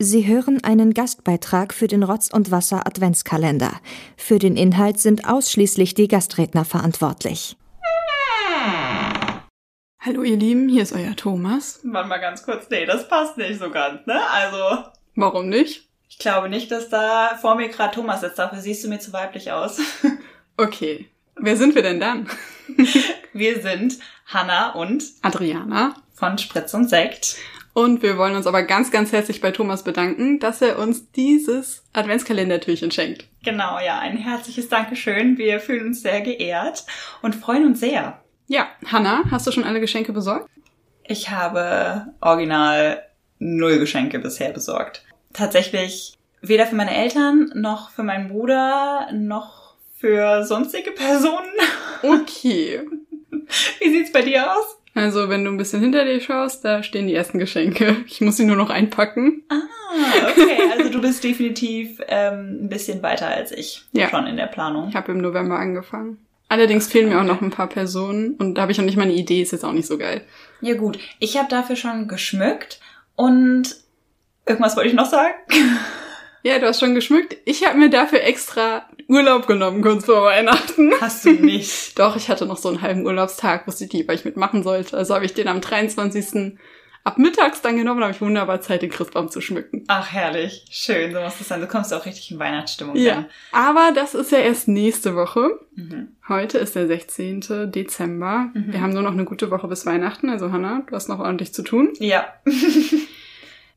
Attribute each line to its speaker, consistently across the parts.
Speaker 1: Sie hören einen Gastbeitrag für den Rotz und Wasser Adventskalender. Für den Inhalt sind ausschließlich die Gastredner verantwortlich.
Speaker 2: Hallo ihr Lieben, hier ist euer Thomas.
Speaker 3: Warte mal ganz kurz. Nee, das passt nicht so ganz, ne? Also,
Speaker 2: Warum nicht?
Speaker 3: ich glaube nicht, dass da vor mir gerade Thomas sitzt. Dafür siehst du mir zu weiblich aus.
Speaker 2: Okay, wer sind wir denn dann?
Speaker 3: Wir sind Hanna und
Speaker 2: Adriana.
Speaker 3: von Spritz und Sekt.
Speaker 2: Und wir wollen uns aber ganz, ganz herzlich bei Thomas bedanken, dass er uns dieses Adventskalendertürchen schenkt.
Speaker 3: Genau, ja, ein herzliches Dankeschön. Wir fühlen uns sehr geehrt und freuen uns sehr.
Speaker 2: Ja, Hanna, hast du schon alle Geschenke besorgt?
Speaker 3: Ich habe original null Geschenke bisher besorgt. Tatsächlich weder für meine Eltern, noch für meinen Bruder, noch für sonstige Personen.
Speaker 2: Okay.
Speaker 3: Wie sieht's bei dir aus?
Speaker 2: Also, wenn du ein bisschen hinter dir schaust, da stehen die ersten Geschenke. Ich muss sie nur noch einpacken.
Speaker 3: Ah, okay, also du bist definitiv ähm, ein bisschen weiter als ich
Speaker 2: Ja.
Speaker 3: schon in der Planung.
Speaker 2: Ich habe im November angefangen. Allerdings fehlen mir auch noch ein paar Personen und da habe ich noch nicht mal eine Idee, ist jetzt auch nicht so geil.
Speaker 3: Ja gut, ich habe dafür schon geschmückt und irgendwas wollte ich noch sagen.
Speaker 2: Ja, du hast schon geschmückt. Ich habe mir dafür extra Urlaub genommen, kurz vor Weihnachten.
Speaker 3: Hast du nicht.
Speaker 2: Doch, ich hatte noch so einen halben Urlaubstag, wusste ich nicht, weil ich mitmachen sollte. Also habe ich den am 23. ab mittags dann genommen, da habe ich wunderbar Zeit, den Christbaum zu schmücken.
Speaker 3: Ach herrlich, schön, so muss das sein. Du kommst auch richtig in Weihnachtsstimmung.
Speaker 2: Ja. Aber das ist ja erst nächste Woche.
Speaker 3: dann. Mhm.
Speaker 2: Heute ist der 16. Dezember.
Speaker 3: Mhm.
Speaker 2: Wir haben nur noch eine gute Woche bis Weihnachten. Also Hanna, du hast noch ordentlich zu tun.
Speaker 3: Ja.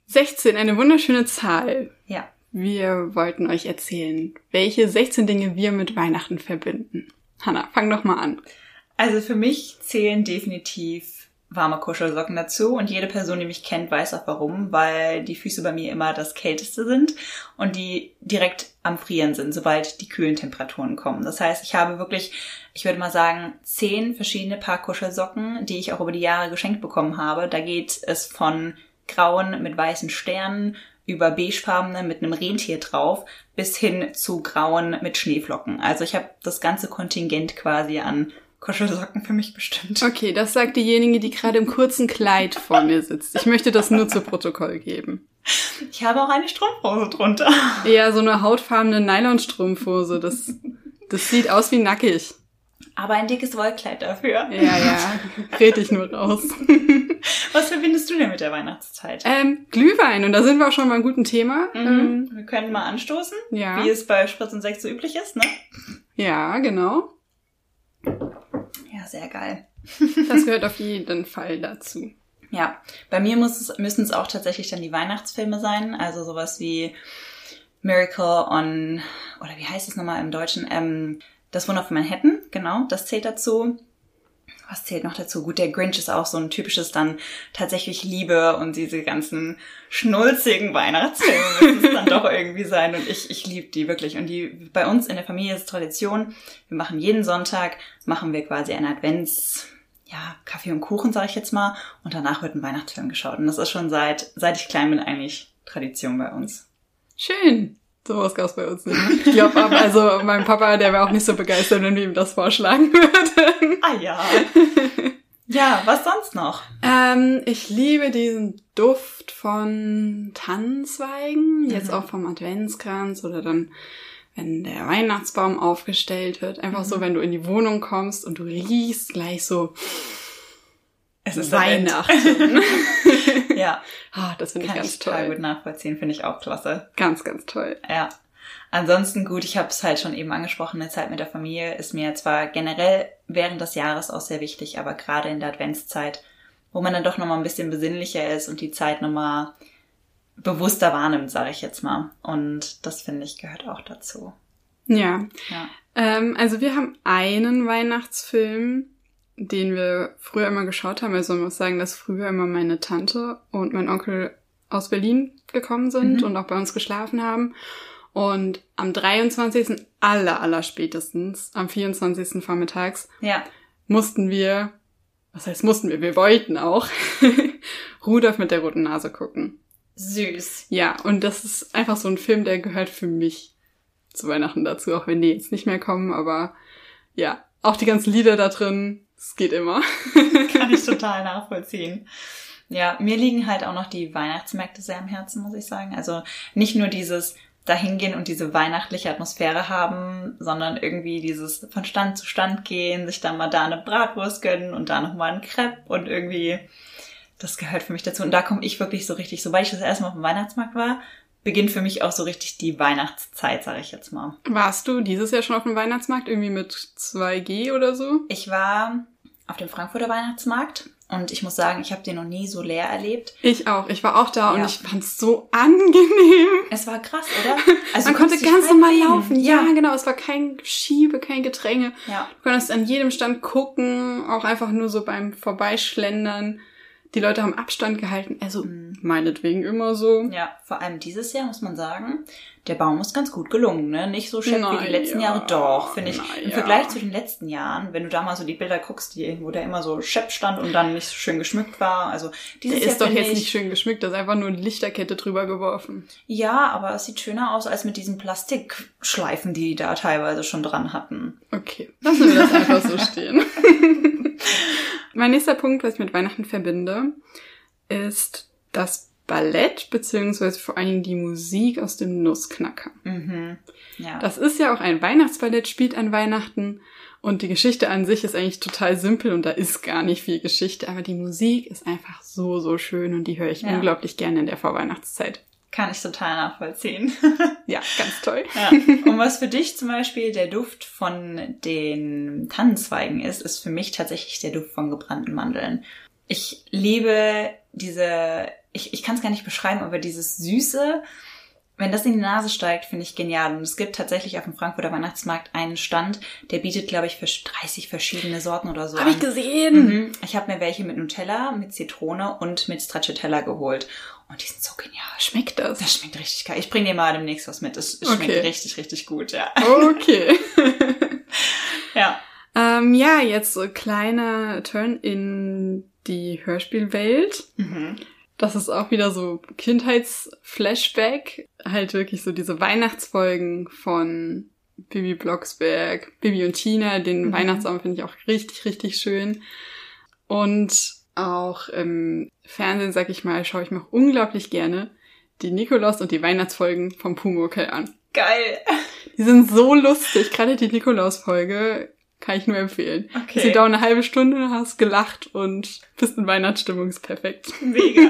Speaker 2: 16, eine wunderschöne Zahl.
Speaker 3: Ja.
Speaker 2: Wir wollten euch erzählen, welche 16 Dinge wir mit Weihnachten verbinden. Hanna, fang doch mal an.
Speaker 3: Also für mich zählen definitiv warme Kuschelsocken dazu und jede Person, die mich kennt, weiß auch warum, weil die Füße bei mir immer das kälteste sind und die direkt am Frieren sind, sobald die kühlen Temperaturen kommen. Das heißt, ich habe wirklich, ich würde mal sagen, zehn verschiedene Paar Kuschelsocken, die ich auch über die Jahre geschenkt bekommen habe. Da geht es von grauen mit weißen Sternen über beigefarbene mit einem Rentier drauf bis hin zu grauen mit Schneeflocken. Also ich habe das ganze Kontingent quasi an Kuschelsocken für mich bestimmt.
Speaker 2: Okay, das sagt diejenige, die gerade im kurzen Kleid vor mir sitzt. Ich möchte das nur zu Protokoll geben.
Speaker 3: Ich habe auch eine Strumpfhose drunter.
Speaker 2: Eher so eine hautfarbene Nylonstrumpfhose. Das, das sieht aus wie nackig.
Speaker 3: Aber ein dickes Wollkleid dafür.
Speaker 2: Ja, ja. Red ich nur raus.
Speaker 3: Was verbindest du denn mit der Weihnachtszeit?
Speaker 2: Ähm, Glühwein, und da sind wir auch schon beim guten Thema.
Speaker 3: Mhm. Wir können mal anstoßen,
Speaker 2: Ähm, ja.
Speaker 3: wie es bei Spritz und Sekt so üblich ist, ne?
Speaker 2: Ja, genau.
Speaker 3: Ja, sehr geil.
Speaker 2: Das gehört auf jeden Fall dazu.
Speaker 3: Ja, bei mir muss es, müssen es auch tatsächlich dann die Weihnachtsfilme sein, also sowas wie Miracle on, oder wie heißt es nochmal im Deutschen? Ähm, das Wunder von Manhattan, genau, das zählt dazu. Was zählt noch dazu? Gut, der Grinch ist auch so ein typisches dann tatsächlich Liebe und diese ganzen schnulzigen Weihnachtsfilme müssen es dann doch irgendwie sein. Und ich, ich liebe die wirklich. Und die bei uns in der Familie ist Tradition. Wir machen jeden Sonntag, machen wir quasi einen Advents, ja, Kaffee und Kuchen, sage ich jetzt mal. Und danach wird ein Weihnachtsfilm geschaut. Und das ist schon seit, seit ich klein bin, eigentlich Tradition bei uns.
Speaker 2: Schön. Sowas gab's bei uns nicht. Ich glaube, also mein Papa, der wäre auch nicht so begeistert, wenn wir ihm das vorschlagen würden.
Speaker 3: Ah ja. ja, was sonst noch?
Speaker 2: Ähm, ich liebe diesen Duft von Tannenzweigen, jetzt
Speaker 3: Mhm.
Speaker 2: auch vom Adventskranz oder dann, wenn der Weihnachtsbaum aufgestellt wird. Einfach
Speaker 3: Mhm.
Speaker 2: so, wenn du in die Wohnung kommst und du riechst gleich so
Speaker 3: Es
Speaker 2: Weihnachten.
Speaker 3: Advent. ja,
Speaker 2: ah, das finde ich
Speaker 3: kann
Speaker 2: ganz
Speaker 3: ich total gut
Speaker 2: toll.
Speaker 3: nachvollziehen, finde ich auch klasse.
Speaker 2: Ganz, ganz toll.
Speaker 3: Ja. Ansonsten gut, ich habe es halt schon eben angesprochen, eine Zeit mit der Familie ist mir zwar generell während des Jahres auch sehr wichtig, aber gerade in der Adventszeit, wo man dann doch nochmal ein bisschen besinnlicher ist und die Zeit nochmal bewusster wahrnimmt, sage ich jetzt mal. Und das finde ich gehört auch dazu.
Speaker 2: Ja.
Speaker 3: Ja.
Speaker 2: Ähm, also wir haben einen Weihnachtsfilm, den wir früher immer geschaut haben. Also man muss sagen, dass früher immer meine Tante und mein Onkel aus Berlin gekommen sind
Speaker 3: Mhm.
Speaker 2: und auch bei uns geschlafen haben. Und am 23. aller, aller spätestens, am 24. vormittags,
Speaker 3: Ja.
Speaker 2: mussten wir, was heißt mussten wir, wir wollten auch, Rudolf mit der roten Nase gucken.
Speaker 3: Süß.
Speaker 2: Ja, und das ist einfach so ein Film, der gehört für mich zu Weihnachten dazu, auch wenn die jetzt nicht mehr kommen, aber ja, auch die ganzen Lieder da drin, es geht immer.
Speaker 3: Kann ich total nachvollziehen. Ja, mir liegen halt auch noch die Weihnachtsmärkte sehr am Herzen, muss ich sagen. Also nicht nur dieses dahingehen und diese weihnachtliche Atmosphäre haben, sondern irgendwie dieses von Stand zu Stand gehen, sich dann mal da eine Bratwurst gönnen und da nochmal ein Crepe und irgendwie, das gehört für mich dazu. Und da komme ich wirklich so richtig, sobald ich das erste Mal auf dem Weihnachtsmarkt war, beginnt für mich auch so richtig die Weihnachtszeit, sage ich jetzt mal.
Speaker 2: Warst du dieses Jahr schon auf dem Weihnachtsmarkt, irgendwie mit 2G oder so?
Speaker 3: Ich war auf dem Frankfurter Weihnachtsmarkt und ich muss sagen, ich habe den noch nie so leer erlebt.
Speaker 2: Ich auch. Ich war auch da und
Speaker 3: Ja.
Speaker 2: ich fand's so angenehm.
Speaker 3: Es war krass, oder? Also
Speaker 2: Man konnte
Speaker 3: du konntest dich
Speaker 2: ganz
Speaker 3: frei
Speaker 2: normal
Speaker 3: bewegen.
Speaker 2: laufen. Ja. genau. Es war kein Schiebe, kein Gedränge.
Speaker 3: Ja.
Speaker 2: Du konntest an jedem Stand gucken, auch einfach nur so beim Vorbeischlendern. Die Leute haben Abstand gehalten. Also
Speaker 3: Mhm.
Speaker 2: meinetwegen immer so.
Speaker 3: Ja, vor allem dieses Jahr muss man sagen, der Baum ist ganz gut gelungen, ne? Nicht so schick wie
Speaker 2: Na
Speaker 3: die letzten
Speaker 2: ja,
Speaker 3: Jahre. Doch, finde ich.
Speaker 2: na
Speaker 3: Im
Speaker 2: ja.
Speaker 3: Vergleich zu den letzten Jahren, wenn du da mal so die Bilder guckst, die irgendwo da immer so schepp stand und dann nicht so schön geschmückt war. Also dieses
Speaker 2: Der
Speaker 3: Jahr
Speaker 2: ist doch
Speaker 3: finde
Speaker 2: jetzt
Speaker 3: ich,
Speaker 2: nicht schön geschmückt, da ist einfach nur eine Lichterkette drüber geworfen.
Speaker 3: Ja, aber es sieht schöner aus als mit diesen Plastikschleifen, die die da teilweise schon dran hatten.
Speaker 2: Okay, lassen wir das einfach so stehen. mein nächster Punkt, was ich mit Weihnachten verbinde, ist das Ballett, beziehungsweise vor allen Dingen die Musik aus dem Nussknacker.
Speaker 3: Mhm. Ja.
Speaker 2: Das ist ja auch ein Weihnachtsballett, spielt an Weihnachten. Und die Geschichte an sich ist eigentlich total simpel und da ist gar nicht viel Geschichte, aber die Musik ist einfach so, so schön und die höre ich
Speaker 3: Ja.
Speaker 2: unglaublich gerne in der Vorweihnachtszeit.
Speaker 3: kann ich total nachvollziehen.
Speaker 2: Ja, ganz toll.
Speaker 3: Ja. Und was für dich zum Beispiel der Duft von den Tannenzweigen ist, ist für mich tatsächlich der Duft von gebrannten Mandeln. Ich liebe diese, ich, ich kann es gar nicht beschreiben, aber dieses Süße, wenn das in die Nase steigt, finde ich genial. Und es gibt tatsächlich auf dem Frankfurter Weihnachtsmarkt einen Stand, der bietet, glaube ich, für 30 verschiedene Sorten oder so.
Speaker 2: Hab ich
Speaker 3: an.
Speaker 2: gesehen.
Speaker 3: Mhm. Ich habe mir welche mit Nutella, mit Zitrone und mit Stracciatella geholt. Und die sind so genial.
Speaker 2: Schmeckt das?
Speaker 3: Das schmeckt richtig geil. Ich bring dir mal demnächst was mit. Es schmeckt
Speaker 2: Okay.
Speaker 3: richtig, richtig gut, ja.
Speaker 2: Okay.
Speaker 3: Ja.
Speaker 2: ähm, ja, jetzt so kleiner Turn in die Hörspielwelt.
Speaker 3: Mhm.
Speaker 2: Das ist auch wieder so Kindheitsflashback. Halt wirklich so diese Weihnachtsfolgen von Bibi Blocksberg, Bibi und Tina. Den
Speaker 3: Mhm.
Speaker 2: Weihnachtsabend finde ich auch richtig, richtig schön. Und auch im Fernsehen, sag ich mal, schaue ich mir auch unglaublich gerne die Nikolaus und die Weihnachtsfolgen vom Pumuckl an.
Speaker 3: Geil.
Speaker 2: Die sind so lustig. Gerade die Nikolaus-Folge kann ich nur empfehlen.
Speaker 3: Okay.
Speaker 2: Sie dauert eine halbe Stunde, hast gelacht und bist in Weihnachtsstimmung, ist perfekt.
Speaker 3: Mega.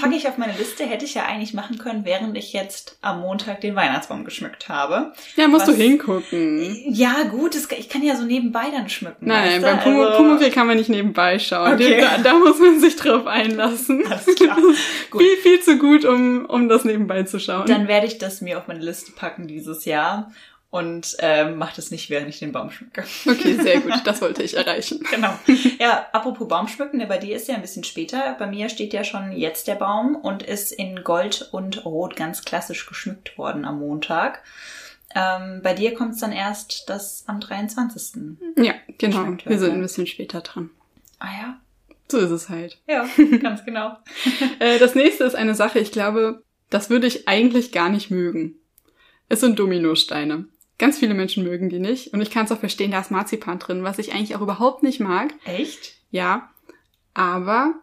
Speaker 3: Packe ich auf meine Liste, hätte ich ja eigentlich machen können, während ich jetzt am Montag den Weihnachtsbaum geschmückt habe.
Speaker 2: Ja, musst
Speaker 3: Was-
Speaker 2: du hingucken.
Speaker 3: Ja, gut, das, ich kann ja so nebenbei dann schmücken.
Speaker 2: Nein, nein,
Speaker 3: weißt
Speaker 2: beim
Speaker 3: du?
Speaker 2: Pumu
Speaker 3: Also-
Speaker 2: Pumuckl kann man nicht nebenbei schauen.
Speaker 3: Okay.
Speaker 2: Da, da muss man sich drauf einlassen.
Speaker 3: Alles klar.
Speaker 2: Das ist
Speaker 3: Gut.
Speaker 2: Viel, viel zu gut, um, um das nebenbei zu schauen.
Speaker 3: Dann werde ich das mir auf meine Liste packen dieses Jahr und ähm, mache das nicht, während ich den Baum schmücke.
Speaker 2: Okay, sehr gut. Das wollte ich erreichen.
Speaker 3: Genau. Ja, apropos Baumschmücken, der bei dir ist ja ein bisschen später. Bei mir steht ja schon jetzt der Baum und ist in Gold und Rot ganz klassisch geschmückt worden am Montag. Ähm, bei dir kommt es dann erst das am 23.
Speaker 2: Ja, genau.
Speaker 3: Stimmt,
Speaker 2: Wir sind
Speaker 3: ja.
Speaker 2: ein bisschen später dran.
Speaker 3: Ah ja.
Speaker 2: So ist es halt.
Speaker 3: Ja, ganz genau.
Speaker 2: Äh, das nächste ist eine Sache, ich glaube, das würde ich eigentlich gar nicht mögen. Es sind Dominosteine. Ganz viele Menschen mögen die nicht. Und ich kann es auch verstehen, da ist Marzipan drin, was ich eigentlich auch überhaupt nicht mag.
Speaker 3: Echt?
Speaker 2: Ja. Aber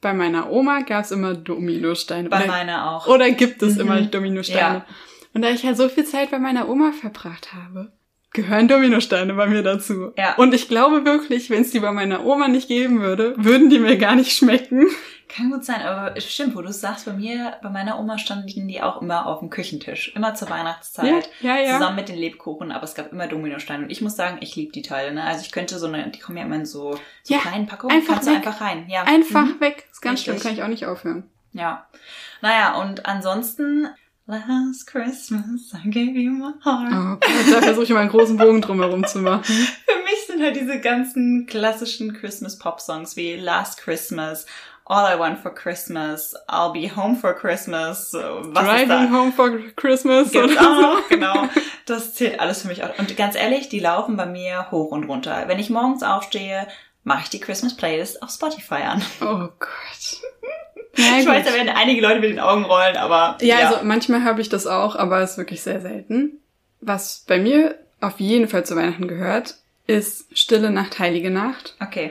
Speaker 2: bei meiner Oma gab es immer Dominosteine.
Speaker 3: Bei
Speaker 2: Oder-
Speaker 3: meiner auch.
Speaker 2: Oder gibt es
Speaker 3: Mhm.
Speaker 2: immer Dominosteine?
Speaker 3: Ja.
Speaker 2: Und da ich halt so viel Zeit bei meiner Oma verbracht habe, gehören Dominosteine bei mir dazu.
Speaker 3: Ja.
Speaker 2: Und ich glaube wirklich, wenn es die bei meiner Oma nicht geben würde, würden die mir gar nicht schmecken.
Speaker 3: Kann gut sein, aber stimmt, wo du es sagst, bei mir, bei meiner Oma standen die auch immer auf dem Küchentisch. Immer zur Weihnachtszeit.
Speaker 2: Ja, ja, ja.
Speaker 3: Zusammen mit den Lebkuchen, aber es gab immer Dominosteine. Und ich muss sagen, ich liebe die Teile. Ne? Also ich könnte so eine, die kommen ja immer in so, so
Speaker 2: Ja,
Speaker 3: kleinen Packungen.
Speaker 2: einfach
Speaker 3: Kannst du
Speaker 2: weg.
Speaker 3: einfach rein. Ja.
Speaker 2: Einfach
Speaker 3: Mhm.
Speaker 2: weg. Ist ganz
Speaker 3: Richtig.
Speaker 2: schlimm, kann ich auch nicht aufhören.
Speaker 3: Ja. Naja, und ansonsten, Last Christmas, I gave you my heart.
Speaker 2: Oh Gott, da versuche ich immer einen großen Bogen drumherum zu machen.
Speaker 3: Für mich sind halt diese ganzen klassischen Christmas-Pop-Songs wie Last Christmas, All I Want for Christmas, I'll Be Home for Christmas, äh, was ist da?
Speaker 2: Driving home for Christmas.
Speaker 3: Gibt's
Speaker 2: oder
Speaker 3: auch
Speaker 2: so.
Speaker 3: noch, genau. Das zählt alles für mich auch. Und ganz ehrlich, die laufen bei mir hoch und runter. Wenn ich morgens aufstehe, mache ich die Christmas Playlist auf Spotify an.
Speaker 2: Oh Gott. Na
Speaker 3: ich
Speaker 2: gut.
Speaker 3: weiß, da werden einige Leute mit den Augen rollen, aber
Speaker 2: Ja, also manchmal habe ich das auch, aber es ist wirklich sehr selten. Was bei mir auf jeden Fall zu Weihnachten gehört, ist Stille Nacht, Heilige Nacht.
Speaker 3: okay.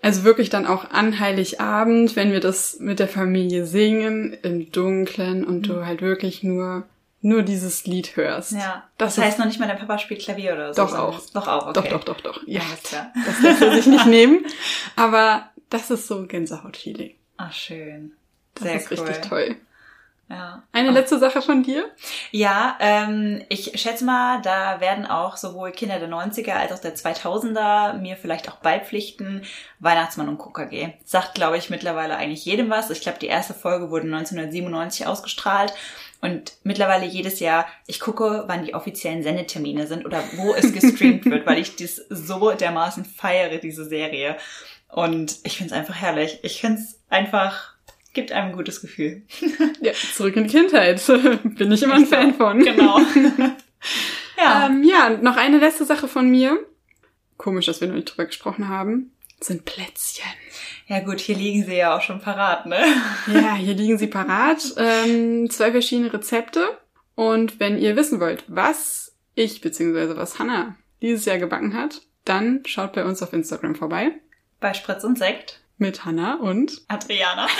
Speaker 2: Also wirklich dann auch an Heiligabend, wenn wir das mit der Familie singen, im Dunkeln und du halt wirklich nur, nur dieses Lied hörst.
Speaker 3: Ja.
Speaker 2: Das,
Speaker 3: Das,
Speaker 2: ist,
Speaker 3: heißt noch nicht mal, dein Papa spielt Klavier oder so.
Speaker 2: Doch
Speaker 3: sondern-
Speaker 2: auch.
Speaker 3: Doch auch, okay.
Speaker 2: doch, doch, doch, doch. Ja,
Speaker 3: Alles klar.
Speaker 2: das lässt er sich nicht nehmen. Aber das ist so Gänsehaut-Feeling.
Speaker 3: Ach, Ah, schön.
Speaker 2: Das
Speaker 3: Sehr
Speaker 2: ist
Speaker 3: cool.
Speaker 2: richtig toll.
Speaker 3: Ja.
Speaker 2: Eine letzte Sache von dir?
Speaker 3: Ja, ähm, ich schätze mal, da werden auch sowohl Kinder der 90er als auch der 2000er mir vielleicht auch beipflichten. Weihnachtsmann und KKG. Sagt, glaube ich, mittlerweile eigentlich jedem was. Ich glaube, die erste Folge wurde 1997 ausgestrahlt. Und mittlerweile jedes Jahr, ich gucke, wann die offiziellen Sendetermine sind oder wo es gestreamt wird, weil ich das so dermaßen feiere, diese Serie. Und ich finde es einfach herrlich. Ich finde es einfach, gibt einem ein gutes Gefühl.
Speaker 2: Ja, zurück in die Kindheit. Bin ich immer ein Fan von.
Speaker 3: Genau. ja.
Speaker 2: Ähm, ja, und noch eine letzte Sache von mir. Komisch, dass wir noch nicht drüber gesprochen haben. Sind Plätzchen.
Speaker 3: Ja gut, hier liegen sie ja auch schon parat, ne?
Speaker 2: Ja, hier liegen sie parat. Ähm, zwei verschiedene Rezepte. Und wenn ihr wissen wollt, was ich bzw. was Hannah dieses Jahr gebacken hat, dann schaut bei uns auf Instagram vorbei.
Speaker 3: Bei Spritz und Sekt.
Speaker 2: Mit Hannah und.
Speaker 3: Adriana.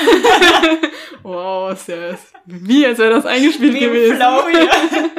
Speaker 2: Wow, ist ja wie als wäre das eingespielt
Speaker 3: Wie im
Speaker 2: gewesen.
Speaker 3: Flow hier.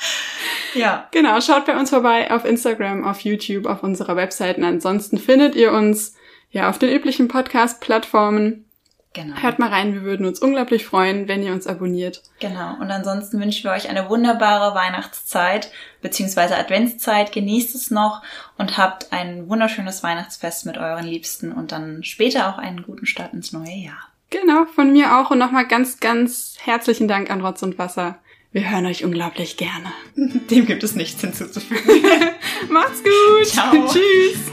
Speaker 3: ja.
Speaker 2: Genau, schaut bei uns vorbei auf Instagram, auf YouTube, auf unserer Website. Und ansonsten findet ihr uns ja auf den üblichen Podcast-Plattformen.
Speaker 3: Genau.
Speaker 2: Hört mal rein, wir würden uns unglaublich freuen, wenn ihr uns abonniert.
Speaker 3: Genau. Und ansonsten wünschen wir euch eine wunderbare Weihnachtszeit beziehungsweise Adventszeit. Genießt es noch und habt ein wunderschönes Weihnachtsfest mit euren Liebsten und dann später auch einen guten Start ins neue Jahr.
Speaker 2: Genau, von mir auch und nochmal ganz, ganz herzlichen Dank an Rotz und Wasser. Wir hören euch unglaublich gerne.
Speaker 3: Dem gibt es nichts hinzuzufügen.
Speaker 2: Macht's gut.
Speaker 3: Ciao.
Speaker 2: Tschüss.